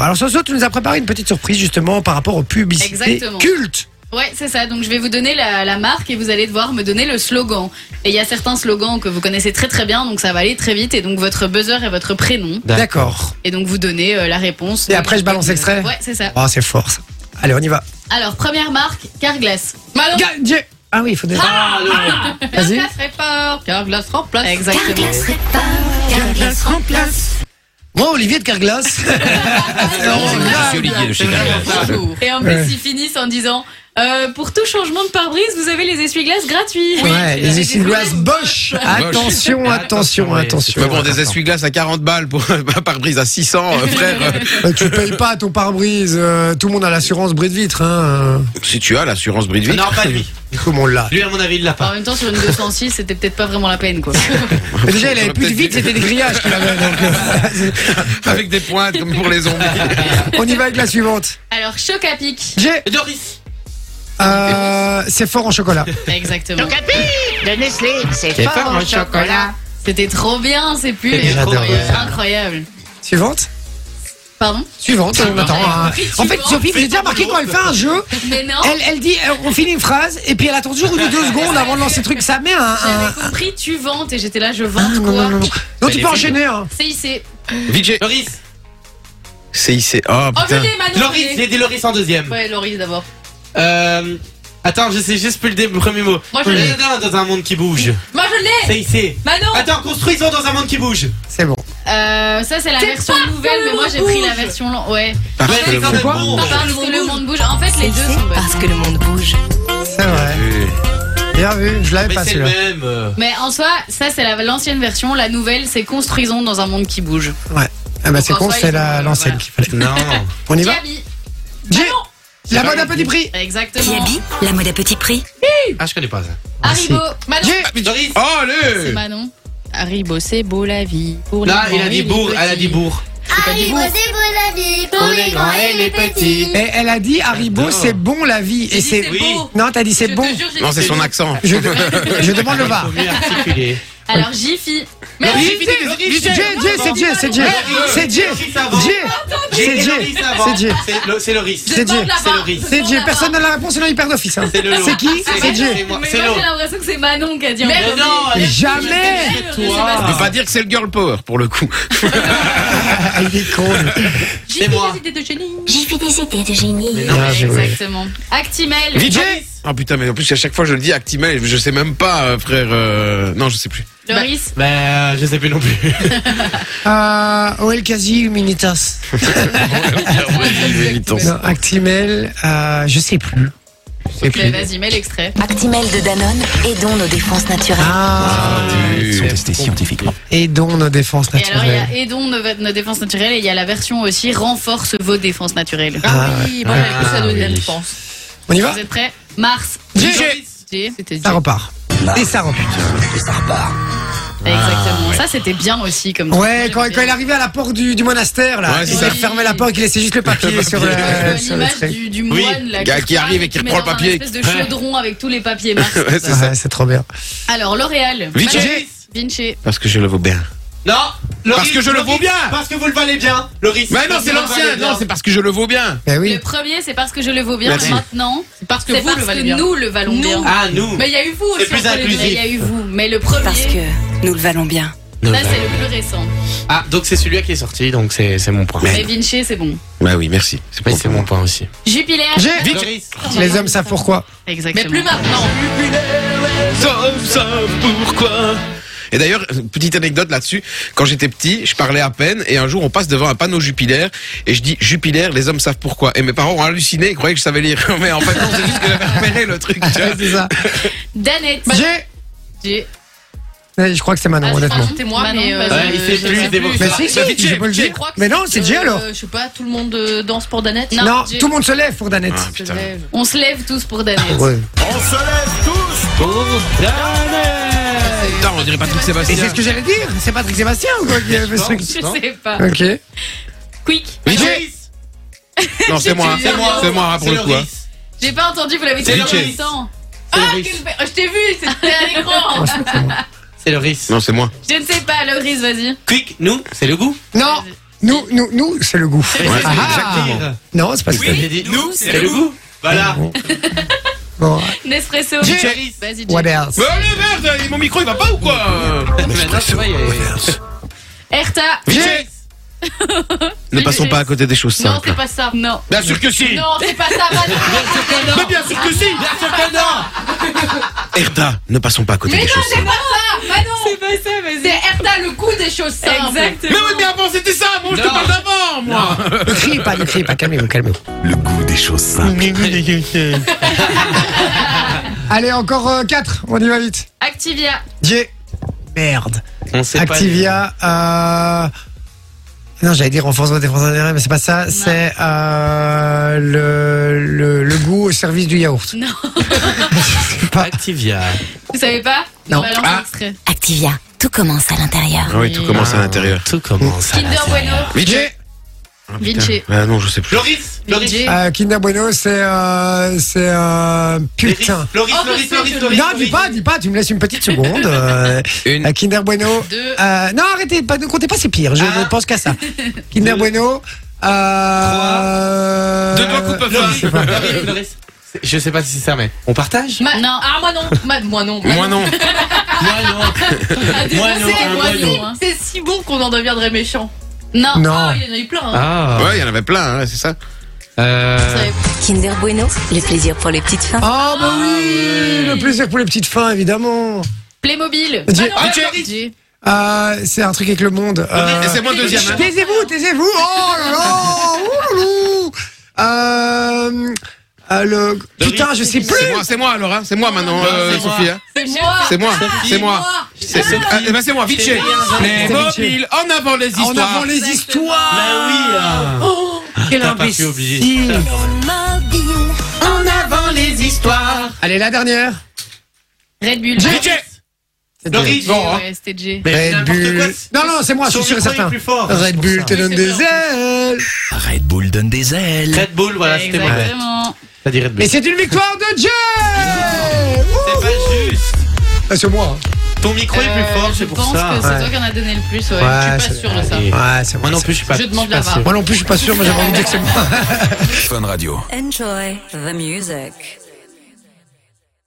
Alors Soso, tu nous as préparé une petite surprise justement par rapport aux publicités Exactement. cultes. Ouais, c'est ça. Donc je vais vous donner la, la marque et vous allez devoir me donner le slogan. Et il y a certains slogans que vous connaissez très très bien, donc ça va aller très vite. Et donc votre buzzer est votre prénom. D'accord. Et donc vous donnez euh, la réponse. Euh, Et après, je balance extrait Ouais, c'est ça. Oh, c'est fort ça. Allez, on y va. Alors première marque, Carglass. Malin. Ga- Dieu. Ah oui, il faut des... Ah, Vas-y. Carglass répare. Carglass remplace. Exactement. Carglass répare, Carglass remplace. Moi, Olivier de Carglass. Monsieur Olivier de chez Carglass. Et en plus ils finissent en disant. euh, pour tout changement de pare-brise, vous avez les essuie-glaces gratuits. ouais, les essuie-glaces Bosch. Ah, Attention, attention, attention. Mais bon, des essuie-glaces à 40 balles pour par brise à 600, euh, frère. euh, Euh, tu payes pas ton pare-brise. euh, tout le monde a l'assurance bris de vitre. Hein. si tu as l'assurance bris de vie. Non, pas lui. Du coup, on l'a. Lui, à mon avis, il l'a En pas. même temps, sur une 206, c'était peut-être pas vraiment la peine, quoi. Mais déjà, il avait plus de vitre, c'était des grillages qu'il avait. donc, euh, Avec des pointes comme pour les zombies. on y va avec la suivante. Alors, choc à pic. J'ai. Doris. euh, c'est fort en chocolat. Exactement. de Nestlé, c'est fort fort en en chocolat. chocolat. C'était trop bien, c'est pub. Et j'adore. Incroyable. Suivante. Pardon Suivante. euh, attends, hein. En fait, Sophie, j'ai déjà remarqué quand elle fait un jeu. Mais non, Elle, elle dit, euh, on finit une phrase, et puis elle attend toujours une ou deux secondes avant de lancer le truc. Ça met un. un- j'avais compris, tu ventes et j'étais là, je vante Non, non, quoi non, non. Non, tu les peux filles. enchaîner. Hein. CIC. VJ. Doris. CIC. Oh putain. Enculé, Manon Loris, enculé. j'ai dit Loris en deuxième. Ah Ouais, Loris d'abord. Euh, attends, je sais juste plus le dé- premier mot. Moi, je l'ai. Eh. dans un monde qui bouge. Moi je l'ai C'est ici. Manon Attends, construisons dans un monde qui bouge. C'est bon. euh, Ça, c'est la version nouvelle, mais moi j'ai pris la version lente. Ouais. Parce Ouais, que le c'est monde quoi bouge. Papa. Parce que le monde bouge. En fait, les deux sont bonnes. parce que le monde bouge. C'est vrai. Bien vu, je l'avais Mais pas c'est le celui-là. même. euh. Mais en soi, ça c'est la- l'ancienne version. La nouvelle, c'est construisons dans un monde qui bouge. Ouais. Ah bah c'est Donc, en con, soi, c'est ils la- ont- l'ancienne voilà. qu'il fallait. Non. On y va Gabi. J'ai la C'est mode pas à petit prix. Exactement. Kiabi, la mode à petit prix. Ah, je connais pas ça. Merci. Haribo. Manon. J'ai Doris. Oh C'est allez Manon. Haribo, c'est beau la vie. Pour les Euh. Là, il grands a et dit les bourg. petits. Elle a dit bourg. Haribo, c'est bon la vie pour les grands et les petits. Et elle a dit Haribo, J'adore. c'est bon la vie. Et J'ai dit, c'est. oui. beau. Non, t'as dit c'est Je bon. te jure, j'ai Non, dit, c'est son beau. accent. Je, de- je demande le Faut var. mieux articuler. Alors Jiffy. Mais Doris, Jiffy, Doris, J'ai, j'ai, Doris, c'est Jay, c'est Jay. C'est Jay. Doris avant. Jay. C'est J'ai Jay. Loris avant. C'est Jay. C'est Lo- C'est Loris. je c'est demande Jay. la C'est barre. Loris. Je C'est demande Jay. la Personne barre. n'a la réponse, sinon il perd d'office. hein. C'est le lot. C'est qui C'est C'est moi, Jay. c'est moi. Mais C'est moi Lo. j'ai l'impression que c'est Manon qui a dit. Mais Manon. non, elle- Jamais On peut pas dire que c'est le girl power pour le coup. Ah, Il est con. lui. Jiffy, C'est moi. les idées de génie. J'ai fait des idées de génie. Non, Bien joué. Exactement. Actimel. VJ. Doris. Oh putain, mais en plus à chaque fois je le dis Actimel, je sais même pas euh, frère. euh, Non, je sais plus. Loris. Bah, je sais plus non plus. Euh, OL Kasi, Humanitas. Non, Actimel, euh, je sais plus. Je sais Mais plus. Vas-y, mets l'extrait. Actimel de Danone, aidons nos défenses naturelles. Ah, Ils sont testés scientifiquement. Aidons nos défenses Et alors, il y a naturelles. aidons nos, nos défenses naturelles et il y a la version aussi renforce vos défenses naturelles. Ah oui, bah, moi j'avais plus la deuxième, je pense. On y va Vous êtes prêts Mars. J'ai- J'ai, C'était J. Ça repart. Et ça repart. Exactement. Ça, c'était bien aussi comme Ouais, quand, quand il arrivait à la porte du, du monastère, là, Ouais, c'est il ça. fermait la porte, il laissait juste le papier, Le sur, papier. le, sur le L'image trait. du, du moine Oui, là, gars qui repart arrive et qui met reprend dans le papier. Un espèce de chaudron avec tous les papiers Mars. Ouais, c'est ça. Ouais, c'est trop bien. Alors L'Oréal. Vinci. Madame Vinci. Parce que je le vaux bien. Non, Loris, Parce que je le Loris, vaux bien. Parce que vous le valez bien, Loris. Mais non, c'est Vous le valez l'ancien. bien. Non, c'est parce que je le vaux bien. Ben Le oui. premier, c'est parce que je le vaux bien. Merci. mais Maintenant, c'est parce que, vous le valez bien. nous le valons Nous. bien. Ah, nous. Mais il y a eu vous C'est aussi. plus entre les deux. inclusif. Il y a eu vous. Mais le premier, Parce que nous le valons bien. ça c'est le plus récent. Ah, donc c'est celui-là qui est sorti, donc c'est c'est mon point. Mais Vinci, c'est bon. Bah oui, merci. C'est Mais bon c'est pour mon moi. point aussi. Jupiler. J'ai- Loris. Les hommes savent pourquoi. Exactement. Mais plus maintenant. pourquoi Et d'ailleurs, petite anecdote là-dessus. Quand j'étais petit, je parlais à peine et un jour on passe devant un panneau Jupiler et je dis Jupiler, les hommes savent pourquoi. Et mes parents ont halluciné, ils croyaient que je savais lire. Mais en fait, non, c'est juste que j'avais repéré le truc. tu vois. C'est ça. Danette. J'ai. J'ai- Ouais, Je crois que c'est Bah, Ah, Manon, je crois honnêtement. que c'était moi, Manon, mais. euh, vas-y. Ouais, il je- sait je plus, sais c'est pour Mais ça. si, si, Bah, vite, je j'ai- peux le Je dire. crois que Mais non, c'est, c'est Jay euh, alors. Je sais pas, tout le monde euh, danse pour Danette. Non, Non, Jay. tout le monde se lève pour Danette. Ah, Je putain. lève. On se lève tous pour Danette. Ouais. Putain, on dirait Patrick Et Sébastien. c'est ce que j'allais dire. C'est Patrick Sébastien ou quoi qui a fait ce truc Je sais pas. Ok. Quick. Vite, Loris. Non, c'est moi. hein. C'est moi. C'est moi hein, pour C'est le coup. hein. Loris. J'ai pas entendu, vous l'avez dit C'est en Jay. même temps. C'est Ah, Loris. quel bel- oh, je t'ai vu, c'était à l'écran. C'est Loris. Non, c'est moi. Je ne sais pas, Loris, vas-y. Quick, nous, c'est le goût. Non, Nous, nous, nous, c'est le gouffre. Ouais, Ah, Shakir. Non, c'est pas ça. J'ai dit, nous, c'est le goût. Voilà. Oh. Bon, Nespresso. Jerry. Vas-y, what Jerry. else Mais allez, merde, mon micro il va pas ou quoi Euh, Maintenant, tu vois, il y a- Erta. Ne passons pas à côté des choses Non, simples. c'est pas ça. Non. Bien sûr que si Non, c'est pas ça. Mais bien sûr que si Ah, Bien sûr que non Erda, ne passons pas à côté Mais des non, choses c'est simples. pas ça. Mais non. C'est pas ça, vas-y. C'est Erta, le coup des choses simples. Mais oui, mais avant c'était ça, moi je te Non. parle d'avant, moi Ne criez pas, ne criez pas, calmez-vous, calmez-vous. Le goût des choses simples. Allez, encore 4, on y va vite. Activia. Dieu. Merde. On sait Activia, euh... Non, j'allais dire renforcement des forces intérêts, mais c'est pas ça. C'est euh, le, le, le goût au service du yaourt. Non. C'est pas. pas... Activia. Vous savez pas Non. Balance Ah. extrait. Activia, tout commence à l'intérieur. Ah oui, tout commence à l'intérieur. Tout commence à Kinder Bueno. Vijay Vinci. Ah non, je sais plus. Floris, Floris. Vinci. Euh, Kinder Bueno, c'est... Euh, c'est... Euh, putain. Floris, Oh, Floris, monsieur, Floris, monsieur. Floris. Non, dis pas, dis pas, tu me laisses une petite seconde. Euh, Une. euh, Kinder Bueno. Deux. Euh, non, arrêtez, pas, ne comptez pas, c'est pire. Je Un. Ah. ne pense qu'à ça. Kinder Bueno. Euh... Deux doigts coupe à non, je sais pas. Floris, Floris. C'est- Je sais pas si c'est ça, mais on partage Ma- Non. Ah, moi non. Ma- Moi non. Moi non Moi non. Ah, Moi C'est- non. c'est- Moi c'est- non. C'est si bon qu'on en deviendrait méchant. Non. Non. Ah, il y en a eu plein. hein. Ah. Ouais, il y en avait plein, hein, c'est ça Vous Euh. savez pas. Kinder Bueno, le plaisir pour les petites fins. Ah, bah oui, le plaisir pour les petites fins, évidemment. Playmobil. Dieu. Ah non, Vinci. Vinci. Euh, c'est un truc avec le monde. Euh, Et c'est moi le deuxième, hein. Taisez-vous, taisez-vous. Oh là là, ouloulou. Euh, euh, le... Putain, je sais C'est plus. moi, c'est moi alors, hein, c'est moi maintenant, euh, c'est moi. Sophie. hein. C'est moi. C'est Ah, moi, c'est moi. C'est Sophie. ah, eh ben, c'est moi, Vinci. bien, Sophie. Les Vinci. mobiles, en avant les histoires. En avant les histoires. Bah oui. ah. Oh, Quel T'as pas pu oublier. En avant les histoires. Allez, la dernière. Red Bull. Vinci. Floris. Bon, hein. Ouais, c'était J. Mais Red n'importe Bull. quoi. Non, non, c'est moi, je Son suis sûr et micro est certain. plus fort. Red Bull te Oui, donne c'est des vrai. ailes. Red Bull donne des ailes. Red Bull, voilà, c'était bon. Exactement. T'as dit Red Bull. Et c'est une victoire de Jay C'est pas juste. Ah, C'est moi. Ton micro est plus fort, Euh, c'est je pour pense ça. que c'est Ouais. toi qui en as donné le plus. Ouais. Ouais, je suis c'est- pas sûre de ça. Allez. Ouais, c'est Moi non plus, je suis pas. Je demande suis pas la barre. sûr. Moi non plus, je suis pas sûr, moi j'avais envie de dire que c'est moi. Fun Radio. Enjoy the music.